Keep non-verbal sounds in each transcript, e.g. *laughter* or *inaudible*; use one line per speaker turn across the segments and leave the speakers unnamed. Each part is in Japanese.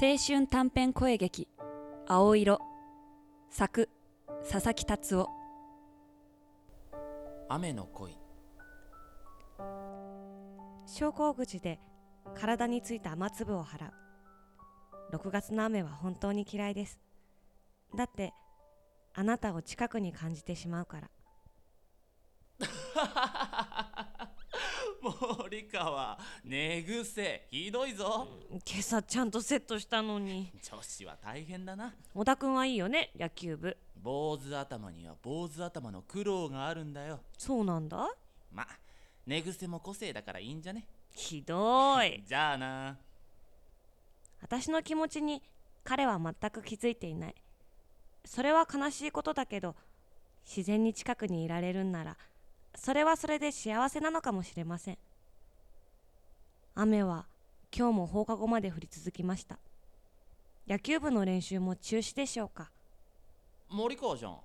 青春短編声劇「青色」作佐々木達夫
雨の恋
昇降口で体についた雨粒を払う6月の雨は本当に嫌いですだってあなたを近くに感じてしまうから
*laughs* 森川寝癖ひどいぞ
今朝ちゃんとセットしたのに
女子は大変だな
小田君はいいよね野球部
坊主頭には坊主頭の苦労があるんだよ
そうなんだ
まあ寝癖も個性だからいいんじゃね
ひどい
じゃあな
私の気持ちに彼は全く気づいていないそれは悲しいことだけど自然に近くにいられるんならそれはそれで幸せなのかもしれません雨は今日も放課後まで降り続きました野球部の練習も中止でしょうか
森川じゃん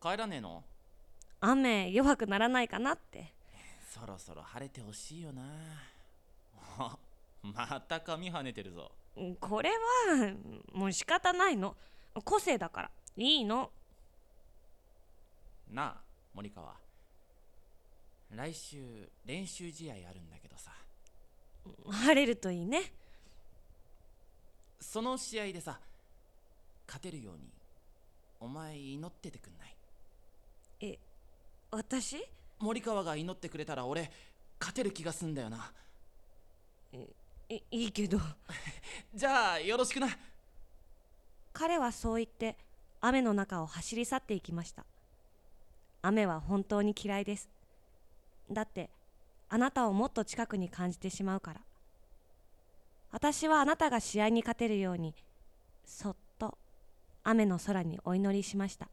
帰らねえの
雨弱くならないかなって
そろそろ晴れてほしいよなあ *laughs* また髪跳ねてるぞ
うんこれはもう仕方ないの個性だからいいの
なあ森川来週練習試合あるんだけどさ
晴れるといいね
その試合でさ勝てるようにお前祈っててくんない
え私
森川が祈ってくれたら俺勝てる気がすんだよない
いいけど
じゃあよろしくな
彼はそう言って雨の中を走り去っていきました雨は本当に嫌いですだってあなたをもっと近くに感じてしまうから私はあなたが試合に勝てるようにそっと雨の空にお祈りしました